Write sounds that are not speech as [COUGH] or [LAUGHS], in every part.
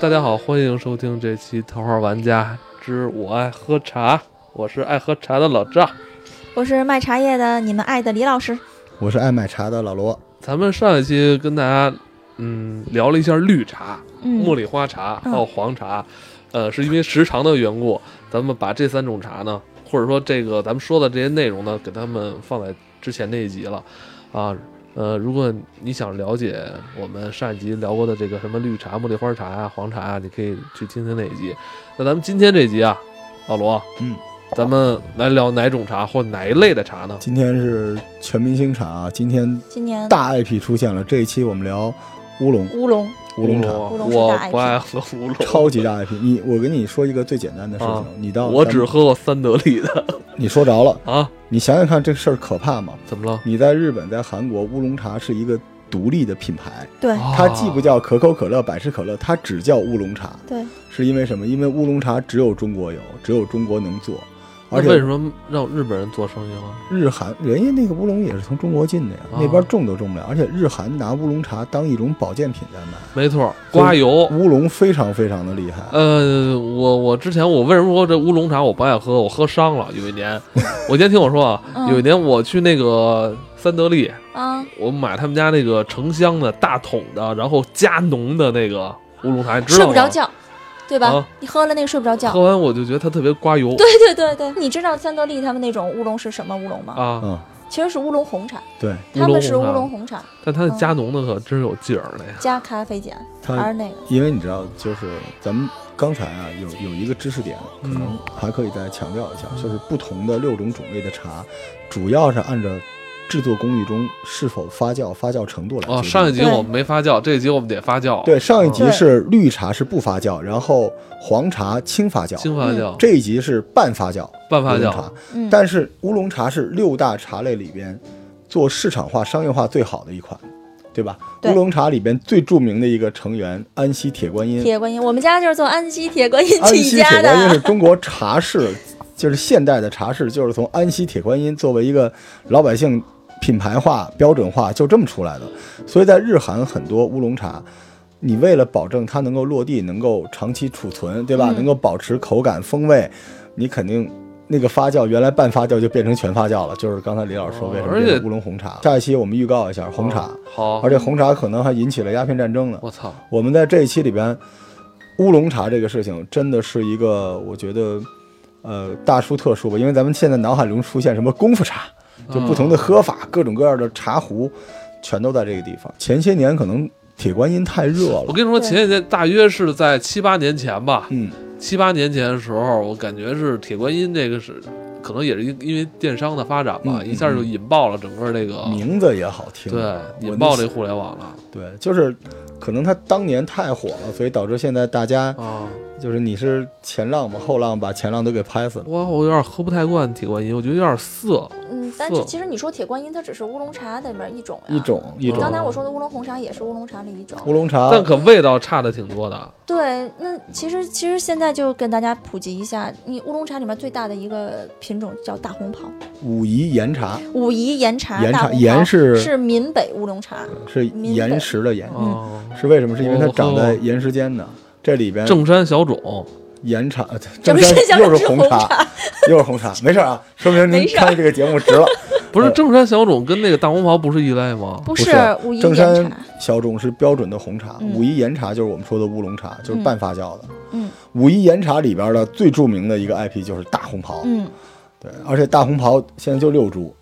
大家好，欢迎收听这期《桃花玩家之我爱喝茶》，我是爱喝茶的老赵。我是卖茶叶的，你们爱的李老师。我是爱买茶的老罗，咱们上一期跟大家嗯聊了一下绿茶、茉嗯，莉花茶还嗯有黄茶，呃，是因为时长的缘故，咱们把这三种茶呢，或者说这个咱们说的这些内容呢，给他们放在之前那一集了啊。呃，如果你想了解我们上一集聊过的这个什么绿茶、茉莉花茶啊、黄茶啊，你可以去听听那一集。那咱们今天这集啊，老罗，嗯，咱们来聊哪种茶或哪一类的茶呢？今天是全明星茶啊，今天今年大 IP 出现了，这一期我们聊乌龙乌龙，乌龙茶，乌龙是我大 IP 不爱喝乌龙，超级大 IP。你我跟你说一个最简单的事情，啊你到我咱只们喝过三得利的你说着了，啊，你想想看这事儿可怕吗？怎么了？你在日本，在韩国，乌龙茶是一个独立的品牌，对哦它既不叫可口可乐、百事可乐，它只叫乌龙茶，对，是因为什么？因为乌龙茶只有中国有，只有中国能做，那而为且什么让日本人做生意了？日韩人家那个乌龙也是从中国进的呀，啊那边种都种不了，而且日韩拿乌龙茶当一种保健品在卖，没错，刮油。乌龙非常非常的厉害。呃，我我之前我为什么说这乌龙茶我不爱喝？我喝伤了。有一年，我先听我说啊， [LAUGHS] 嗯有一年我去那个三得利，啊，我买他们家那个成箱的大桶的，然后加浓的那个乌龙茶，你知睡道不吗？着觉，对吧啊？你喝了那个睡不着觉喝。完我就觉得它特别刮油。 [LAUGHS] 对对对对，你知道三得利他们那种乌龙是什么乌龙吗？啊，嗯，其实是乌龙红茶，对，他们是乌乌龙龙红红茶但它的加浓的可真是有劲儿嘞。加咖啡碱，还它是那个因为你知道，就是咱们刚才啊有有一个知识点，可能还可以再强调一下，嗯就是不同的六种种类的茶，主要是按照制作工艺中是否发酵、发酵程度来决定。哦，上一集对我们没发酵，这一集我们得发酵。对上一集对是绿茶是不发酵，然后黄茶轻发酵，新发酵、这一集是半发酵半乌发龙酵茶。，嗯，但是乌龙茶是六大茶类里边做市场化、商业化最好的一款，对吧？对乌龙茶里边最著名的一个成员安息铁观音，铁观音，我们家就是做安溪铁 [LAUGHS] 观音安起息铁家观音是的。中国茶室，就是现代的茶室，就是从安息铁观音作为一个老百姓品牌化、标准化就这么出来的。所以在日韩很多乌龙茶，你为了保证它能够落地、能够长期储存，对吧？嗯能够保持口感、风味，你肯定。那个发酵原来半发酵就变成全发酵了，就是刚才李老师说为什么哦而且哦变成乌龙红茶。下一期我们预告一下红茶，好，而且红茶可能还引起了鸦片战争呢。我操，我们在这一期里边，乌龙茶这个事情真的是一个，我觉得，呃，大书特书吧，因为咱们现在脑海中出现什么功夫茶，嗯就不同的喝法，各种各样的茶壶，全都在这个地方。前些年可能铁观音太热我了，跟你说，对前几天大约是在七八年前吧，嗯，七八年前的时候，我感觉是铁观音这个是，可能也是因因为电商的发展吧，嗯一下就引爆了整个这个，名字也好听，对，我引那爆时这互联网了对，就是可能它当年太火了，所以导致现在大家哦啊！就是你是前浪嘛，后浪把前浪都给拍死了。我我有点喝不太惯铁观音，我觉得有点涩。嗯，但色是其实你说铁观音，它只是乌龙茶里面一种啊呀。一种一种刚才我说的乌龙红茶也是乌龙茶里一种。乌龙茶，但可味道差的挺多的，对，那其实其实现在就跟大家普及一下，你乌龙茶里面最大的一个品种叫大红袍，武夷岩茶武夷岩茶，岩大茶红袍岩是是闽北乌龙 [LAUGHS] 茶，是民岩本石的岩，哦，是为什么？是因为它哦长在岩石间呢。这里边嗯正山小种，岩茶，呃这正不山像又是是红茶， [LAUGHS] 茶，又是红茶，没事儿啊，说明您没事儿看这个节目 [LAUGHS] 值了。哦不是呃正山小种跟那个大红袍不是一类吗？不是武夷正岩山茶。小种是标准的红茶，嗯武夷岩茶就是我们说的乌龙茶，就是半发酵的。嗯武夷岩茶里边的最著名的一个 IP 就是大红袍，嗯，对，而且大红袍现在就六株，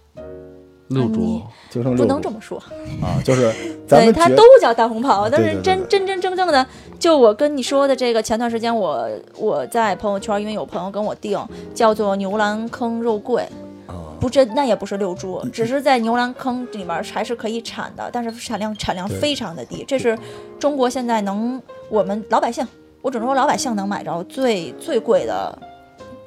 六嗯株你，就剩不六能这株么说，啊， [LAUGHS] 就是咱对，们它觉啊都叫大红袍，但对是对对真对真真正正的，就我跟你说的这个，前段时间我我在朋友圈，因为有朋友跟我订，叫做牛栏坑肉桂，啊，不，这那也不是六嗯株，只是在牛栏坑里面还是可以产的，但是产量产量对非常的低。这是中国现在能我们老百姓，我只能说老百姓能买着最最贵的、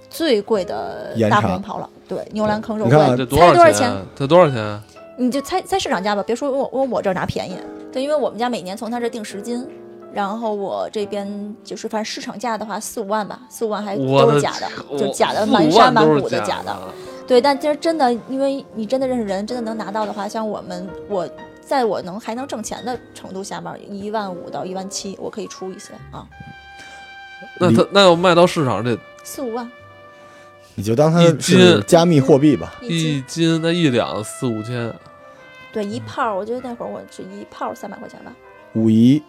最贵的岩大茶红袍了。对，牛栏坑肉你看啊桂，这猜呃多少少钱？这多少钱？你就猜猜市场价吧，别说我我我这儿拿便宜。对，因为我们家每年从他这定十斤，然后我这边就是反正市场价的话四五万吧，四五万还我都的是假的，就我假的，四满五山万满都是谷的假假的。。对，但其实真的，因为你真的认识人，真的能拿到的话，像我们，我在我能还能挣钱的程度下面，一万五到一万七，我可以出一些啊。那你它那要卖到市场这四五万你就当它一是斤加密货币吧。一一斤，斤那一两四五千，对一泡儿，我觉得那会儿我只一泡儿三百块钱吧。武夷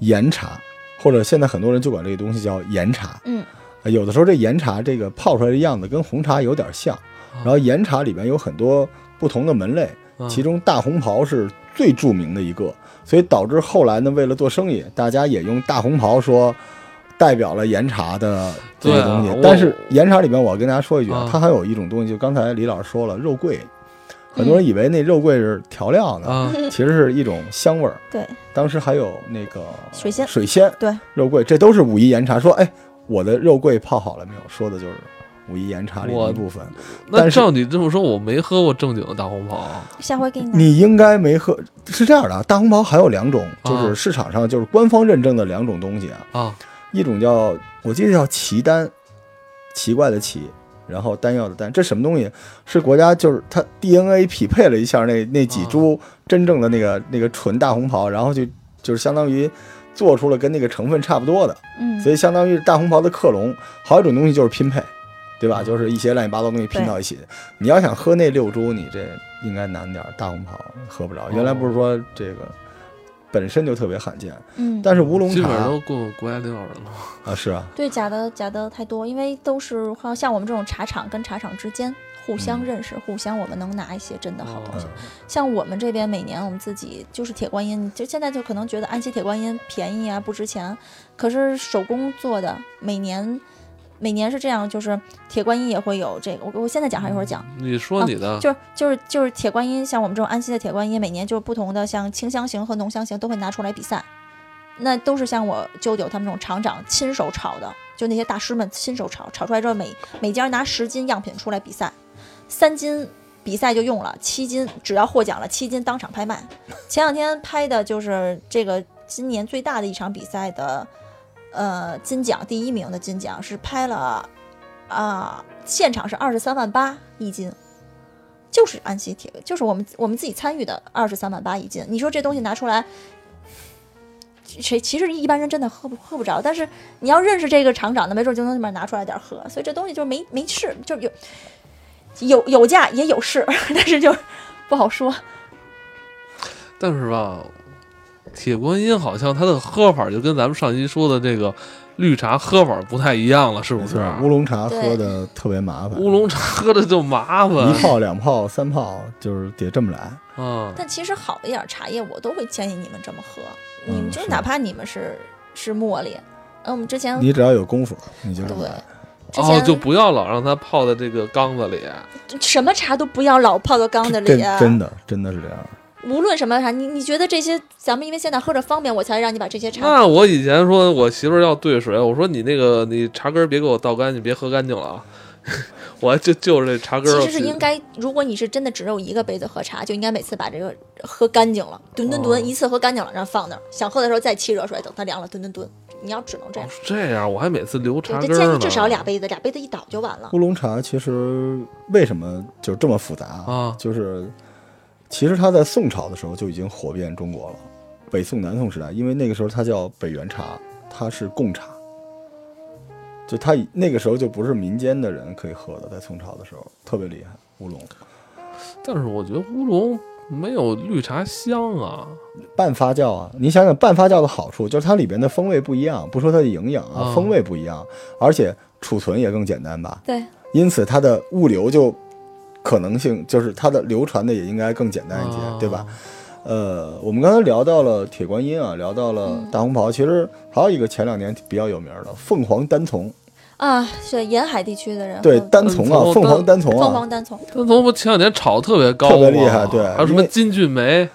岩茶，或者现在很多人就管这个东西叫岩茶。嗯，呃有的时候这岩茶这个泡出来的样子跟红茶有点像，然后岩茶里面有很多不同的门类，啊其中大红袍是最著名的一个，所以导致后来呢，为了做生意，大家也用大红袍说代表了岩茶的这对个啊东西我。但是岩茶里面，我要跟大家说一句啊嗯啊，它还有一种东西，就刚才李老师说了，肉桂，很多人以为那肉桂是调料呢，啊，其实是一种香味儿。 [LAUGHS] 对当时还有那个水仙水仙对，肉桂，这都是武夷岩茶。说，哎，我的肉桂泡好了没有？说的就是武夷岩茶里我的一部分。那但是照你这么说，我没喝过正经的大红袍啊下回给你拿。你应该没喝，是这样的啊，大红袍还有两种，啊就是市场上就是官方认证的两种东西啊，啊一种叫我记得叫奇丹，奇怪的奇，然后丹药的丹，这什么东西？是国家就是它 DNA 匹配了一下那那几株啊真正的那个那个纯大红袍，然后就就是相当于做出了跟那个成分差不多的，嗯，所以相当于是大红袍的克隆。还有一种东西就是拼配，对嗯吧？就是一些乱七八糟东西拼到一起。你要想喝那六株，你这应该难点儿，大红袍喝哦不着。原来不是说这个本身就特别罕见，嗯，但是乌龙基茶本上都过国家领导人了。啊是啊，对假的假的太多，因为都是好像我们这种茶厂跟茶厂之间互相嗯认识，互相我们能拿一些真的好东西。嗯，像我们这边每年我们自己就是铁观音，就现在就可能觉得安溪铁观音便宜啊，不值钱，可是手工做的，每年每年是这样，就是铁观音也会有这个，我我现在讲还是一会儿讲？你说你的，哦就是就是就是铁观音，像我们这种安溪的铁观音，每年就是不同的像清香型和浓香型都会拿出来比赛，那都是像我舅舅他们这种厂长亲手炒的，就那些大师们亲手炒，炒出来之后每每家拿十斤样品出来比赛，三斤比赛就用了，七斤只要获奖了，七斤当场拍卖。前两天拍的就是这个今年最大的一场比赛的，呃，金奖第一名的金奖是拍了，啊、现场是二十三万八一斤，就是安溪铁，就是我们我们自己参与的二十三万八一斤。你说这东西拿出来，谁其实一般人真的喝不喝不着，但是你要认识这个厂长的，没准就能那边拿出来点喝。所以这东西就没没市，就有有有价也有市，但是就不好说。但是吧，铁观音好像它的喝法就跟咱们上期说的这个绿茶喝法不太一样了，是没不是错？，乌龙茶喝对的特别麻烦，乌龙茶喝的就麻一烦泡两泡三泡就是得这么来。啊。但其实好的一点茶叶，我都会建议你们这么喝。嗯你们就是哪怕你们是是茉莉，呃，我们之前你只要有功夫，你就这么对来。，之前、哦，就不要老让它泡在这个缸子里。啊什么茶都不要老泡到缸子这里、啊，真的真的是这样。无论什么茶，你你觉得这些，咱们因为现在喝着方便，我才让你把这些茶。那我以前说我媳妇儿要兑水，我说你那个你茶根儿别给我倒干净，别喝干净了啊。 [LAUGHS] 我就就这茶其根儿，实是应该，如果你是真的只有一个杯子喝茶，就应该每次把这个喝干净了，吨吨哦吨，一次喝干净了，然后放那儿。想喝的时候再沏热水，等它凉了，吨吨吨。你要只能这哦样，是这样，我还每次留茶根对，这儿建呢。议至少俩杯子，俩杯子一倒就完了。乌龙茶其实为什么就这么复杂啊就是其实它在宋朝的时候就已经火遍中国了，北宋、南宋时代，因为那个时候它叫北元茶，它是贡茶，就它以那个时候就不是民间的人可以喝的，在宋朝的时候特别厉害，乌龙但是我觉得乌龙没有绿茶香啊。半发酵啊，你想想半发酵的好处就是它里边的风味不一样，不说它的营养啊，啊风味不一样，而且储存也更简单吧，对，因此它的物流就可能性就是它的流传的也应该更简单一些，啊对吧？？呃，我们刚才聊到了铁观音啊，聊到嗯了大红袍，其实还有一个前两年比较有名的凤凰单丛，啊，是沿海地区的人对喝单丛啊，嗯凤凰单凤凰单丛凤啊，凰单丛但从不前两年炒得特别高嘛，特别厉害对还有什因么为金骏 [LAUGHS] 眉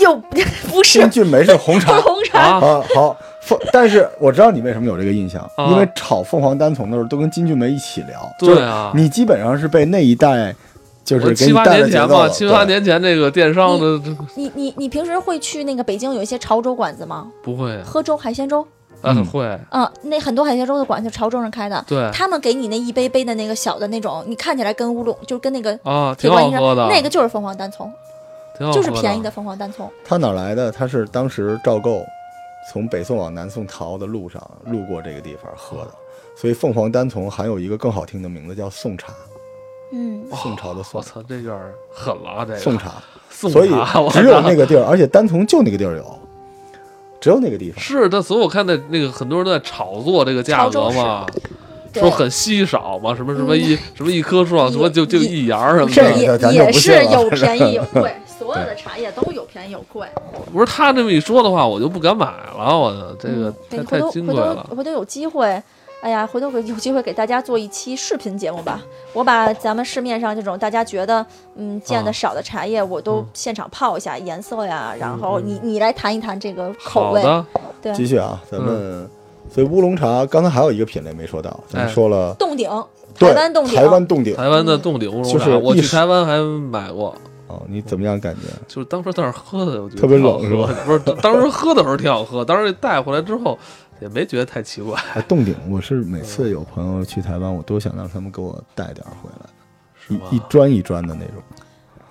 又不是金骏眉是红 [LAUGHS] 茶红茶，啊，啊，好凤，但是我知道你为什么有这个印象，啊因为炒凤凰单丛的时候都跟金骏眉一起聊，对啊就是你基本上是被那一代就是我给七你八带了年节前奏吧，了，七八对年前这个电商的这个你你你平时会去那个北京有一些潮州馆子吗？不会啊，喝粥海鲜粥，啊嗯会，嗯，那很多海鲜粥的馆子潮州人开的，对他们给你那一杯杯的那个小的那种，你看起来跟乌龙就跟那个啊，挺铁观好音喝的，那个就是凤凰单丛，挺好喝就是便宜的凤凰单丛。它哪来的？它是当时赵构从北宋往南宋逃的路上路过这个地方喝的，所以凤凰单丛还有一个更好听的名字叫宋茶，嗯，宋朝的我宋操，这有点狠了啊！这个宋茶，宋所以茶我只有操那个地儿，而且单丛就那个地儿有，只有那个地方。是，但所以我看那那个很多人都在炒作这个价潮格州市嘛，对嗯说很稀少嘛，什么什么 [LAUGHS] 一、什么一棵树啊，一什么就就一芽儿什么这的。一这咱咱也就也不信是了有便宜有 [LAUGHS] 贵，所有的茶叶都有便宜有贵。不是他这么一说的话，我就不敢买了。我这个嗯太、对，回太头金回贵了头。回头有机会，哎呀，回头有有机会给大家做一期视频节目吧。我把咱们市面上这种大家觉得嗯见啊的少的茶叶，我都嗯现场泡一下颜色呀，然嗯后嗯你你来谈一谈这个口好味。的，继续啊，咱们所以乌龙茶刚才还有一个品类没说到，咱嗯哎们说了冻顶，对台湾冻顶，台湾冻顶台湾的冻顶乌龙茶，嗯就是我一去时台湾还买过，哦，你怎么样感觉？就是当时在那儿喝的，我觉得特别挺好冷是吧喝的？不是，当时喝的时候挺好喝，当时带回来之后也没觉得太奇怪。哎，冻顶，我是每次有朋友去台湾，我都想让他们给我带点儿回来，一一砖一砖的那种。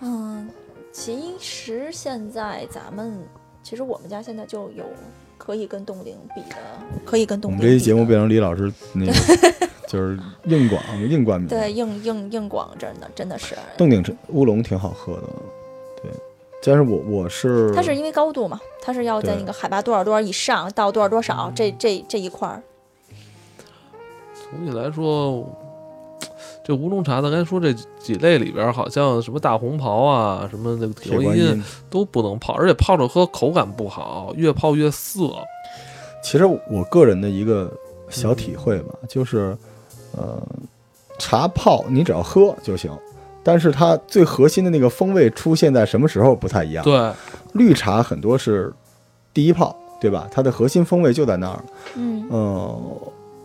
嗯，其实现在咱们其实我们家现在就有可以跟冻顶比的，可以跟我冻们顶这期比节目的变成李老师 [LAUGHS] 那个，就是硬广硬冠名。对，硬硬硬广真的真的是，冻顶这乌龙挺好喝的，对。但是我我是它是因为高度嘛，它是要在对那个海拔多少多少以上到多少多少这这这一块儿，总体来说，这乌龙茶咱刚才说这几类里边儿，好像什么大红袍啊，什么那个铁铁观观音音。都不能泡，而且泡着喝口感不好，越泡越涩。其实我个人的一个小体会吧，就是呃，茶泡你只要喝就行，但是它最核心的那个风味出现在什么时候不太一样。对，绿茶很多是第一泡，对吧？它的核心风味就在那儿。嗯，嗯，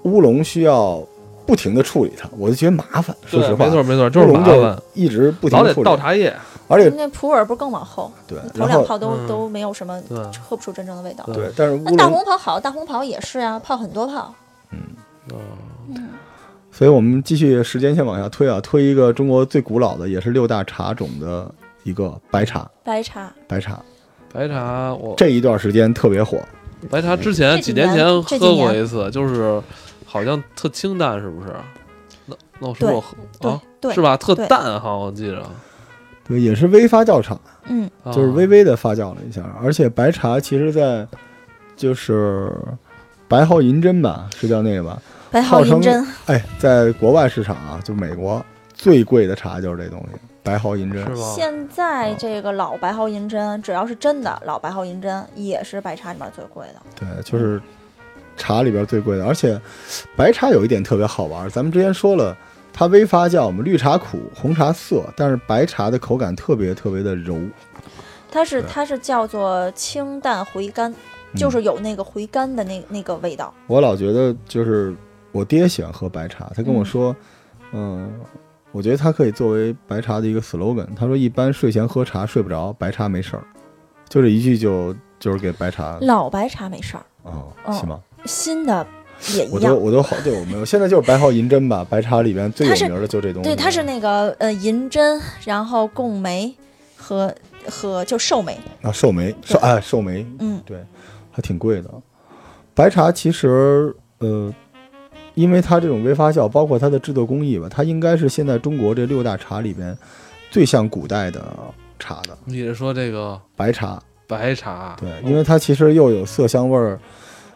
乌龙需要不停的处理它，我就觉得麻烦。说实对话，没错没错，就乌是龙麻就烦，一直不停老地得处理倒，茶叶。而且那普洱不是更往后，对你，头然两后泡都嗯都没有什么对喝不出真正的味道。对对，但是乌那大龙，红袍好，大红袍也是啊，泡很多泡，所以我们继续时间线往下推啊，推一个中国最古老的，也是六大茶种的一个白茶，白茶。白茶。白茶我这一段时间特别火，白茶之前这几几年前年这几喝过年一次，就是好像特清淡，是不是？那那我是不是对我喝对啊？对是，吧？特对淡哈，我记着，对，也是微发酵厂，嗯，啊就是微微的发酵了一下，而且白茶其实在就是白毫银针吧，是叫那个吧？白号毫银称针，哎，在国外市场啊，就美国最贵的茶就是这东西，白毫银针是。吧？现在嗯这个老白毫银针，只要是真的老白毫银针，也是白茶里面最贵的。对，就是茶里边最贵的。而且白茶有一点特别好玩，咱们之前说了，它微发酵，我们绿茶苦，红茶涩，但是白茶的口感特别特别的柔，它是它是叫做清淡回甘，嗯就是有那个回甘的那那个味道。我老觉得就是我爹喜欢喝白茶，他跟我说，嗯、我觉得它可以作为白茶的一个 slogan。他说一般睡前喝茶睡不着，白茶没事儿，就这一句就就是给白茶老白茶没事儿，哦，嗯是吗？新的也一我样都。我都好，对我没有，现在就是白毫银针吧，白茶里边最有名的就这东西。对，它是那个呃银针，然后贡梅和和就寿眉，啊寿眉，寿哎寿眉嗯，还挺贵的。白茶其实呃，因为它这种微发酵，包括它的制作工艺吧，它应该是现在中国这六大茶里边最像古代的茶的你是说这个白茶。白茶？对，因为它其实又有色香味儿，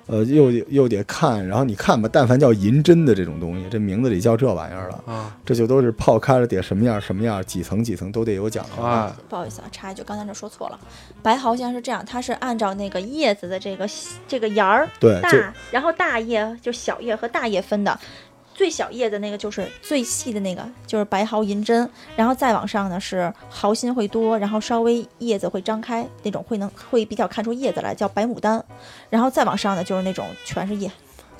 呃，又又得看，然后你看吧，但凡叫银针的这种东西，这名字里叫这玩意儿了，啊，这就都是泡开了得什么样什么样，几层几层都得有讲究。哎，不好意思啊，插一句，刚才那说错了，白毫现在是这样，它是按照那个叶子的这个这个芽儿对，就大，然后大叶就小叶和大叶分的。最小叶的那个就是最细的那个，就是白毫银针，然后再往上呢是毫心会多，然后稍微叶子会张开那种，会能会比较看出叶子来，叫白牡丹，然后再往上呢就是那种全是叶，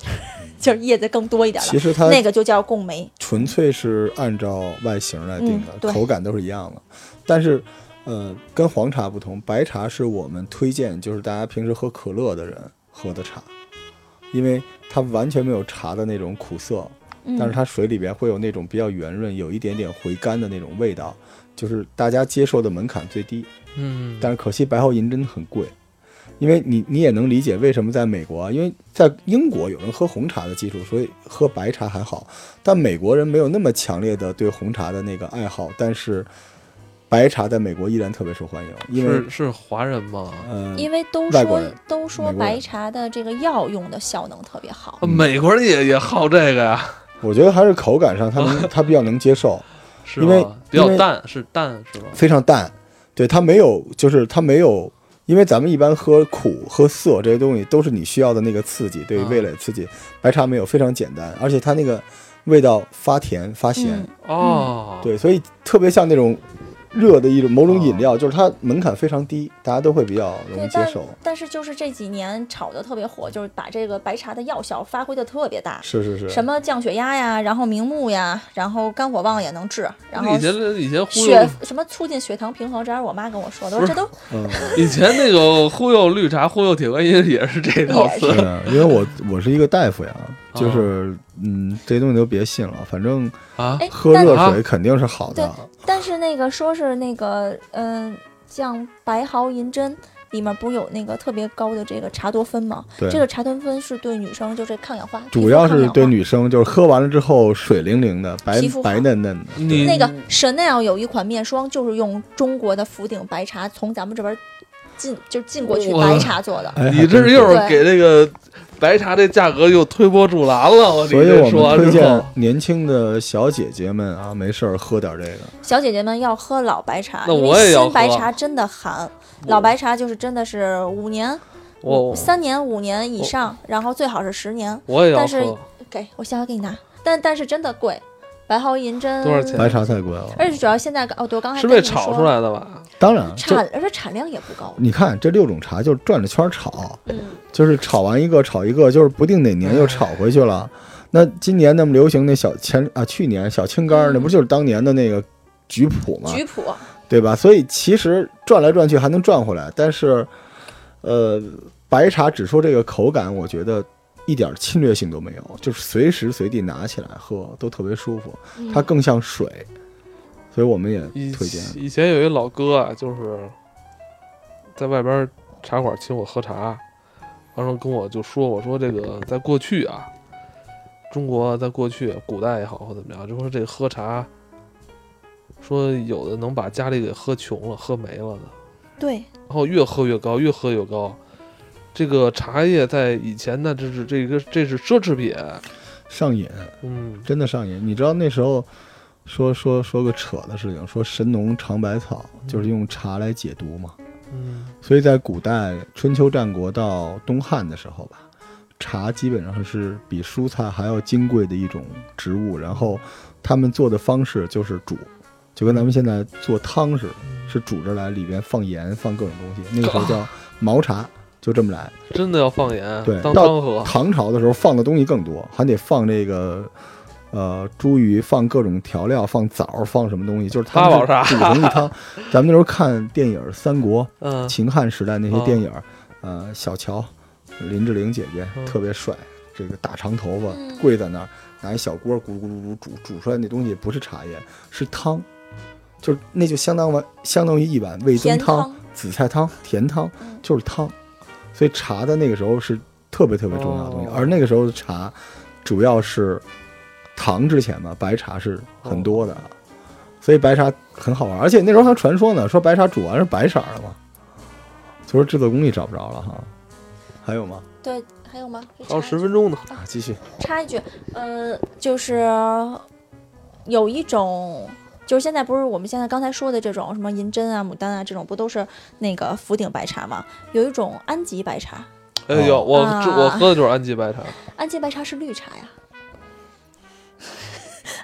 [LAUGHS] 就是叶子更多一点了其，实它那个就叫贡梅。纯粹是按照外形来定的，嗯对口感都是一样的。但是，呃，跟黄茶不同，白茶是我们推荐，就是大家平时喝可乐的人喝的茶，因为它完全没有茶的那种苦涩，嗯，但是它水里边会有那种比较圆润、有一点点回甘的那种味道，就是大家接受的门槛最低。嗯，但是可惜白毫银针很贵，因为你你也能理解为什么在美国啊，因为在英国有人喝红茶的基础，所以喝白茶还好，但美国人没有那么强烈的对红茶的那个爱好，但是白茶在美国依然特别受欢迎，因为是是华人吗？呃，嗯因为都外说国人都说美国人白茶的这个药用的效能特别好，嗯啊美国人也也好这个呀，我觉得还是口感上他们他比较能接受，是因为吗？比较因为淡，是淡是吧？非常淡，对它没有，就是它没有，因为咱们一般喝苦、喝涩这些东西，都是你需要的那个刺激，对于啊味蕾的刺嗯激。白茶没有，非常简单，而且它那个味道发甜发咸，嗯，哦，对，所以特别像那种热的一种某种饮料，就是它门槛非常低，大家都会比较容对，易接但受。但是就是这几年炒的特别火，就是把这个白茶的药效发挥的特别大，是是是，什么降血压呀，然后明目呀，然后肝火旺也能治，然后以前以前忽悠血什么促进血糖平衡，这还是我妈跟我说的，不我是说这 [LAUGHS] 都嗯， [LAUGHS] 以前那个忽悠绿茶、忽悠铁观音也是这套也词是啊因为我我是一个大夫呀，就是嗯，这些东西都别信了，反正啊哎，喝但热啊水肯定是好的。但是那个说是那个嗯，像白毫银针。里面不是有那个特别高的这个茶多酚吗？对这个茶多酚是对女生就这抗氧化，皮主肤要抗是氧对化女生，就是喝完了之后水灵灵的，白皮肤好白嫩嫩的。你那个嗯 Chanel 有一款面霜，就是用中国的福鼎白茶从咱们这边进，就是进过去哇白茶做的。哎你这又是对给这个白茶这价格又推波助澜了，我你所以这我说们完推之后荐，年轻的小姐姐们啊，没事儿喝点这个。小姐姐们要喝老白茶，那因我也为要喝新白茶真的寒，老白茶就是真的是五年、我三年、五年以哦上，然后最好是十年。我也要但是喝，给我下回给你拿，但但是真的贵，白毫银针多少钱白茶太贵了，而且主要现在哦，对，我刚才是跟被你炒说出来的吧？当然就产，而且产量也不高。你看这六种茶就是转着圈儿炒，嗯，就是炒完一个炒一个，就是不定哪哎年又炒回去了。那今年那么流行那小前啊，去年小青柑儿，那不就是当年的那个菊普吗？菊嗯普对吧？所以其实转来转去还能转回来，但是，呃，白茶只说这个口感，我觉得一点侵略性都没有，就是随时随地拿起来喝都特别舒嗯服，它更像水，所以我们也以推荐。以前有一老哥啊，就是在外边茶馆请我喝茶，然后跟我就说，我说这个在过去啊，中国在过去古代也好或怎么样，就说这个喝茶，说有的能把家里给喝穷了、喝没了的，对，然后越喝越高，越喝越高。这个茶叶在以前呢，这是这个这是奢侈品，上瘾，嗯，真的上瘾。你知道那时候说说说个扯的事情，说神农尝百草就是用茶来解毒嘛。嗯所以在古代春秋战国到东汉的时候吧，茶基本上是比蔬菜还要金贵的一种植物。然后他们做的方式就是煮，就跟咱们现在做汤似的，是煮着来，里边放盐，放各种东西。那个哦时候叫毛茶，就这么来。真的要放盐，对当到汤喝，唐朝的时候放的东西更多，还得放这个。呃，茱萸放各种调料，放枣儿，放什么东西，就是他们八宝茶是煮成一汤。咱们那时候看电影《三国》，嗯，秦汉时代那些哦电影儿，呃，小乔、林志玲姐姐嗯特别帅，这个大长头发嗯跪在那儿，拿一小锅咕噜咕噜咕噜煮煮出来那东西不是茶叶，是汤，就是那就相当完相当于一碗味增甜汤、嗯汤。紫菜汤、甜汤嗯，就是汤。所以茶在那个时候是特别特别重要的东西，哦而那个时候的茶主要是唐之前嘛，白茶是很多哦的。所以白茶很好玩，而且那时候还传说呢，说白茶煮完是白色儿的嘛，就说制作工艺找不着了哈。还有吗？对，还有吗？还有十分钟呢，啊，继续。插一句，呃，就是有一种，就是现在不是我们现在刚才说的这种什么银针啊、牡丹啊这种，不都是那个福鼎白茶吗？有一种安吉白茶，哎呦，哦我啊这我喝的就是安吉白茶，安吉白茶是绿茶呀。 [LAUGHS]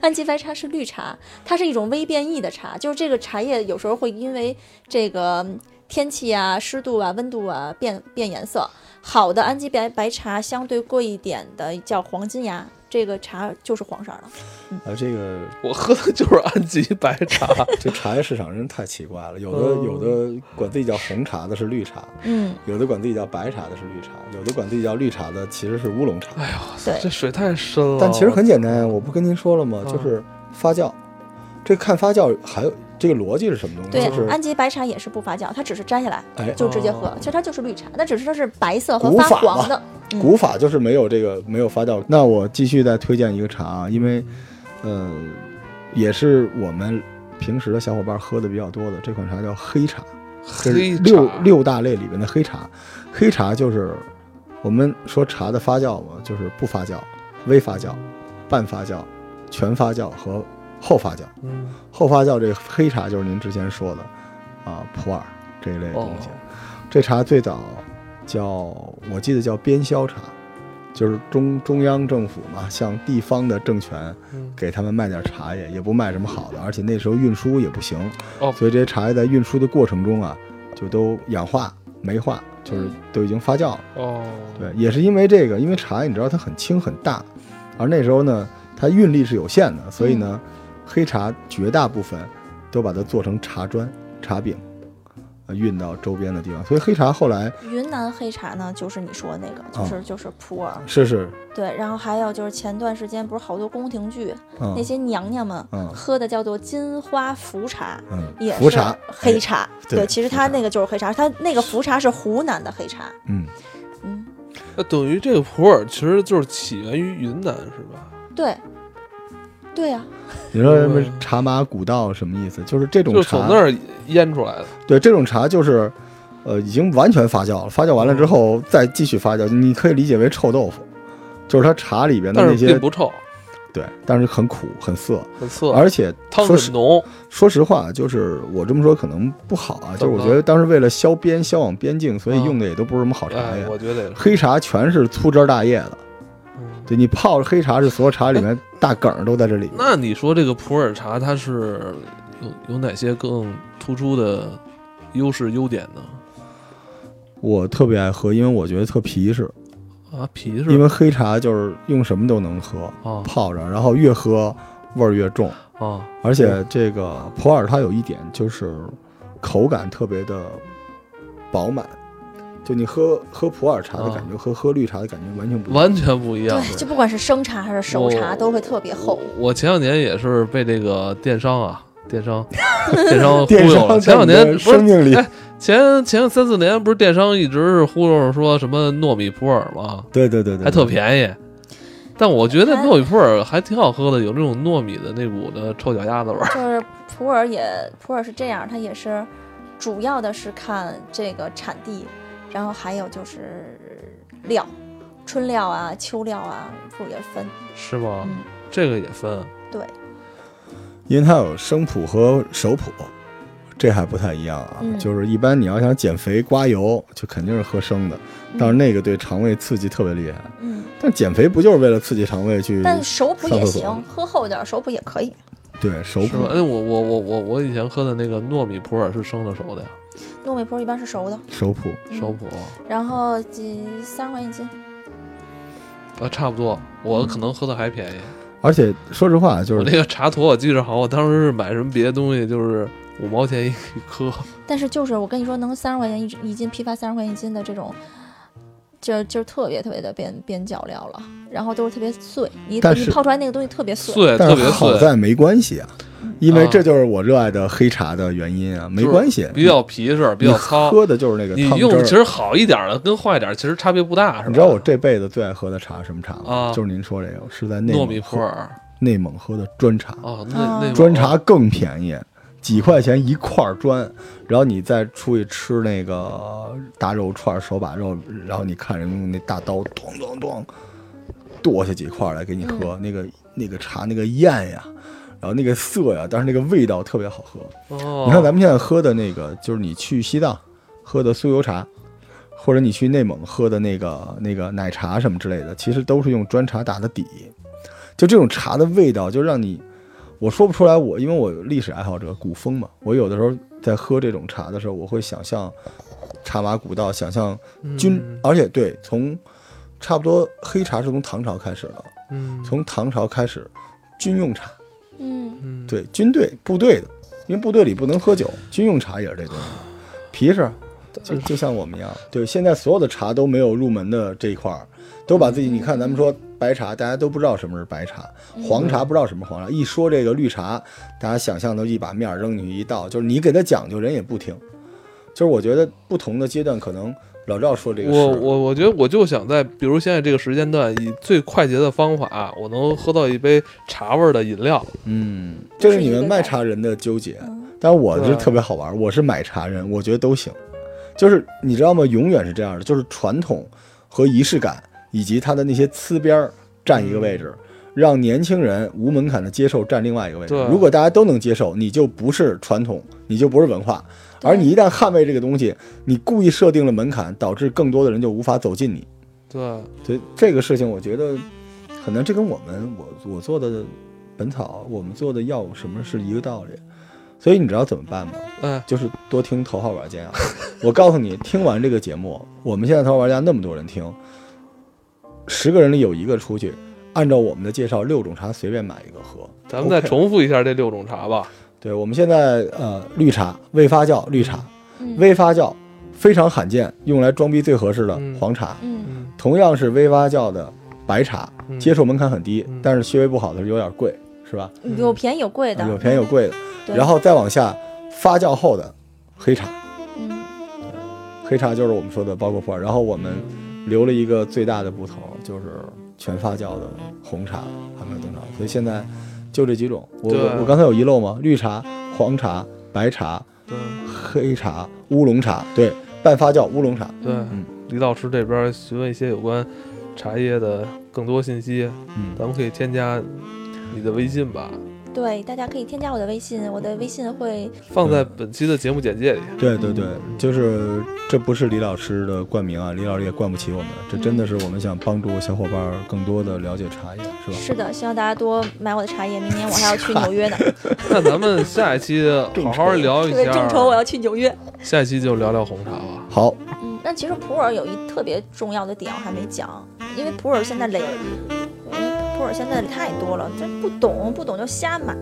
安吉白茶是绿茶，它是一种微变异的茶，就是这个茶叶有时候会因为这个嗯天气啊、湿度啊、温度啊变变颜色。好的安吉白白茶相对贵一点的叫黄金芽，这个茶就是黄色儿的。啊，这个我喝的就是安吉白茶，这茶叶市场真太奇怪了，有的哦嗯有的管自己叫红茶的是绿茶，嗯，有的管自己叫白茶的是绿茶，有的管自己叫绿茶的其实是乌龙茶。对这，水太深了。但其实很简单呀，我不跟您说了吗？嗯就是发酵，这看发酵还有这个逻辑是什么东对西？就是，安吉白茶也是不发酵，它只是摘下来哎，就直接喝哦，其实它就是绿茶，但只是它是白色和古发法嘛黄的。嗯古法就是没有这个没有发酵。那我继续再推荐一个茶啊，因为，嗯呃，也是我们平时的小伙伴喝的比较多的这款茶叫黑茶，这黑是茶六六大类里面的黑茶。黑茶就是我们说茶的发酵嘛，就是不发酵、微发酵、半发酵、全发酵和后发酵。嗯后发酵这个黑茶就是您之前说的啊普洱这一类的东西。这茶最早叫我记得叫边销茶，就是中中央政府嘛，向地方的政权嗯给他们卖点茶叶，也不卖什么好的，而且那时候运输也不行，哦所以这些茶叶在运输的过程中啊，就都氧化、霉化，就是嗯都已经发酵了。哦，对，也是因为这个，因为茶你知道它很轻很大，而那时候呢，它运力是有限的，所以呢，嗯黑茶绝大部分都把它做成茶砖、茶饼，呃运到周边的地方。所以黑茶后来云南黑茶呢，就是你说的那个，嗯就是就是普洱，是是，对，然后还有就是前段时间不是好多宫廷剧，嗯那些娘娘们嗯喝的叫做金花茯茶，嗯也，茯是茶黑哎茶。对对，其实它茯茶那个就是黑茶，它那个茯茶是湖南的黑茶。嗯，嗯，那等于这个普洱其实就是起源于云南是吧？对，对啊呀、你说什么茶马古道什么意思？就是这种就是从那茶，儿腌出来的。对这种茶就是。呃，已经完全发酵了，发酵完了之后再继续发酵，你可以理解为臭豆腐，就是它茶里边的但那是些并不臭，对，但是很苦很涩，很涩，而且汤说很实浓。说实话，就是我这么说可能不好啊，怎就是么我了觉得当时为了消边销往边境，所以嗯用的也都不是什么好茶哎叶，。我觉得也是。黑茶全是粗枝大叶的，嗯对你泡黑茶是所有茶 [LAUGHS] 里面大梗儿都在这里面。那你说这个普洱茶它是有有哪些更突出的优势优点呢？我特别爱喝，因为我觉得特皮实，啊，皮是因为黑茶就是用什么都能喝，啊泡着，然后越喝味儿越重，啊而且这个普洱它有一点就是口感特别的饱满。就你喝喝普洱茶的感觉和喝绿茶的感觉完全不一样。啊完全不一样。对，就不管是生茶还是熟茶，我都会特别厚。我前两年也是被这个电商啊，电商，电商忽电悠商了。前在两你年的不生是命里，哎前前三四年不是电商一直是忽悠着说什么糯米普洱吗？对对对对，还特便宜。但我觉得还糯米普洱还挺好喝的，有那种糯米的那股的臭脚丫子味儿。就是普洱也，普洱是这样，它也是主要的是看这个产地，然后还有就是料，春料啊、秋料啊，不也分？是吗？嗯这个也分。对，因为它有生普和熟普，这还不太一样啊。嗯就是一般你要想减肥刮油，就肯定是喝生的，但是嗯那个对肠胃刺激特别厉害。嗯，但减肥不就是为了刺激肠胃去？但熟普也嗯上厕所行，喝厚点儿熟普也可以。对熟是普吧？哎，我我我我我以前喝的那个糯米普洱是生的熟的呀，糯米普洱一般是熟的，熟普，嗯熟普然后几三十块钱一斤，啊，差不多。嗯我可能喝的还便宜。而且说实话，就我是那个茶坨我记着好，我当时是买什么别的东西，就是五毛钱一颗。但是就是我跟你说，能三十块钱一一斤批发三十块钱一斤的这种，就就特别特别的边边角料了，然后都是特别碎，你但你是泡出来那个东西特别碎，碎，呃特但别是好碎，在没关系啊，因为啊这就是我热爱的黑茶的原因啊，没就是关系，比较皮实，比你较糙。喝的就是那个你汤汁用儿其。实好一点的跟坏一点其实差别不大，是吧？你知道我这辈子最爱喝的茶是什么茶吗？啊就是您说这个，是在内糯蒙米普喝洱内蒙喝的砖茶，哦，啊那那砖茶更便宜，几块钱一块儿砖，然后你再出去吃那个大肉串儿、手把肉，然后你看人用那大刀咚咚咚剁下几块儿来给你喝，那个那个茶那个艳呀，然后那个涩呀，但是那个味道特别好喝。哦，你看咱们现在喝的那个，就是你去西藏喝的酥油茶，或者你去内蒙喝的那个那个奶茶什么之类的，其实都是用砖茶打的底。就这种茶的味道，就让你我说不出来我。因为我有历史爱好者，古风嘛，我有的时候在喝这种茶的时候，我会想象茶马古道，想象军，嗯而且对，从差不多黑茶是从唐朝开始的，嗯从唐朝开始军用茶。嗯，嗯对，军队部队的，因为部队里不能喝酒，军用茶也是这东西，皮实，就就像我们一样。对，现在所有的茶都没有入门的这一块儿，都把自己，你看咱们说白茶大家都不知道什么是白茶，黄茶不知道什么黄茶。一说这个绿茶，大家想象都一把面儿扔进去一倒，就是你给他讲究，人也不听。就是我觉得不同的阶段，可能老赵说这个事我儿，我我觉得我就想在，比如现在这个时间段，以最快捷的方法，啊我能喝到一杯茶味儿的饮料。嗯，这是你们卖茶人的纠结。嗯但我对啊是特别好玩儿，我是买茶人，我觉得都行。就是你知道吗？永远是这样的，就是传统和仪式感，以及它的那些呲边儿占一个嗯位置，让年轻人无门槛的接受占另外一个位置对。如果大家都能接受，你就不是传统，你就不是文化。对而你一旦捍卫这个东西，你故意设定了门槛，导致更多的人就无法走近你。对，所以这个事情，我觉得可能这跟我们我我做的《本草》，我们做的药物什么是一个道理。所以你知道怎么办吗？哎，就是多听头号玩家。啊我告诉你，听完这个节目，我们现在头号玩家那么多人听，十个人里有一个出去，按照我们的介绍，六种茶随便买一个喝。咱们再 OK 重复一下这六种茶吧。对，我们现在呃，绿茶未发酵绿茶，嗯微发酵非常罕见，用来装逼最合适的嗯黄茶，嗯嗯，同样是微发酵的白茶，嗯接受门槛很低嗯，但是稍微不好的是有点贵，是吧？嗯有便宜有贵的，有便宜有贵的，对然后再往下，发酵后的黑茶。嗯黑茶就是我们说的包括普洱，然后我们嗯留了一个最大的不头，就是全发酵的红茶还没有登场，所以现在就这几种。我对我我刚才有遗漏吗？绿茶、黄茶、白茶、对黑茶、乌龙茶，对，半发酵乌龙茶。对嗯，李老师这边询问一些有关茶叶的更多信息，嗯，咱们可以添加你的微信吧，对，大家可以添加我的微信，我的微信会放在本期的节目简介里。对对对，就是这不是李老师的冠名啊，李老师也冠不起我们，这真的是我们想帮助小伙伴儿更多的了解茶叶，是吧？是的，希望大家多买我的茶叶，明年我还要 [LAUGHS] 去纽约呢，那咱们下一期好好聊一对，下，众筹我要去纽约。下一期就聊聊红茶吧。好，嗯，但其实普洱有一特别重要的点我还没讲，因为嗯普洱现在累，因为普洱现在太多了，这不懂不懂就瞎买，